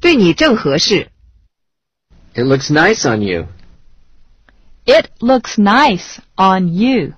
对你正合适。 It looks nice on you. It looks nice on you.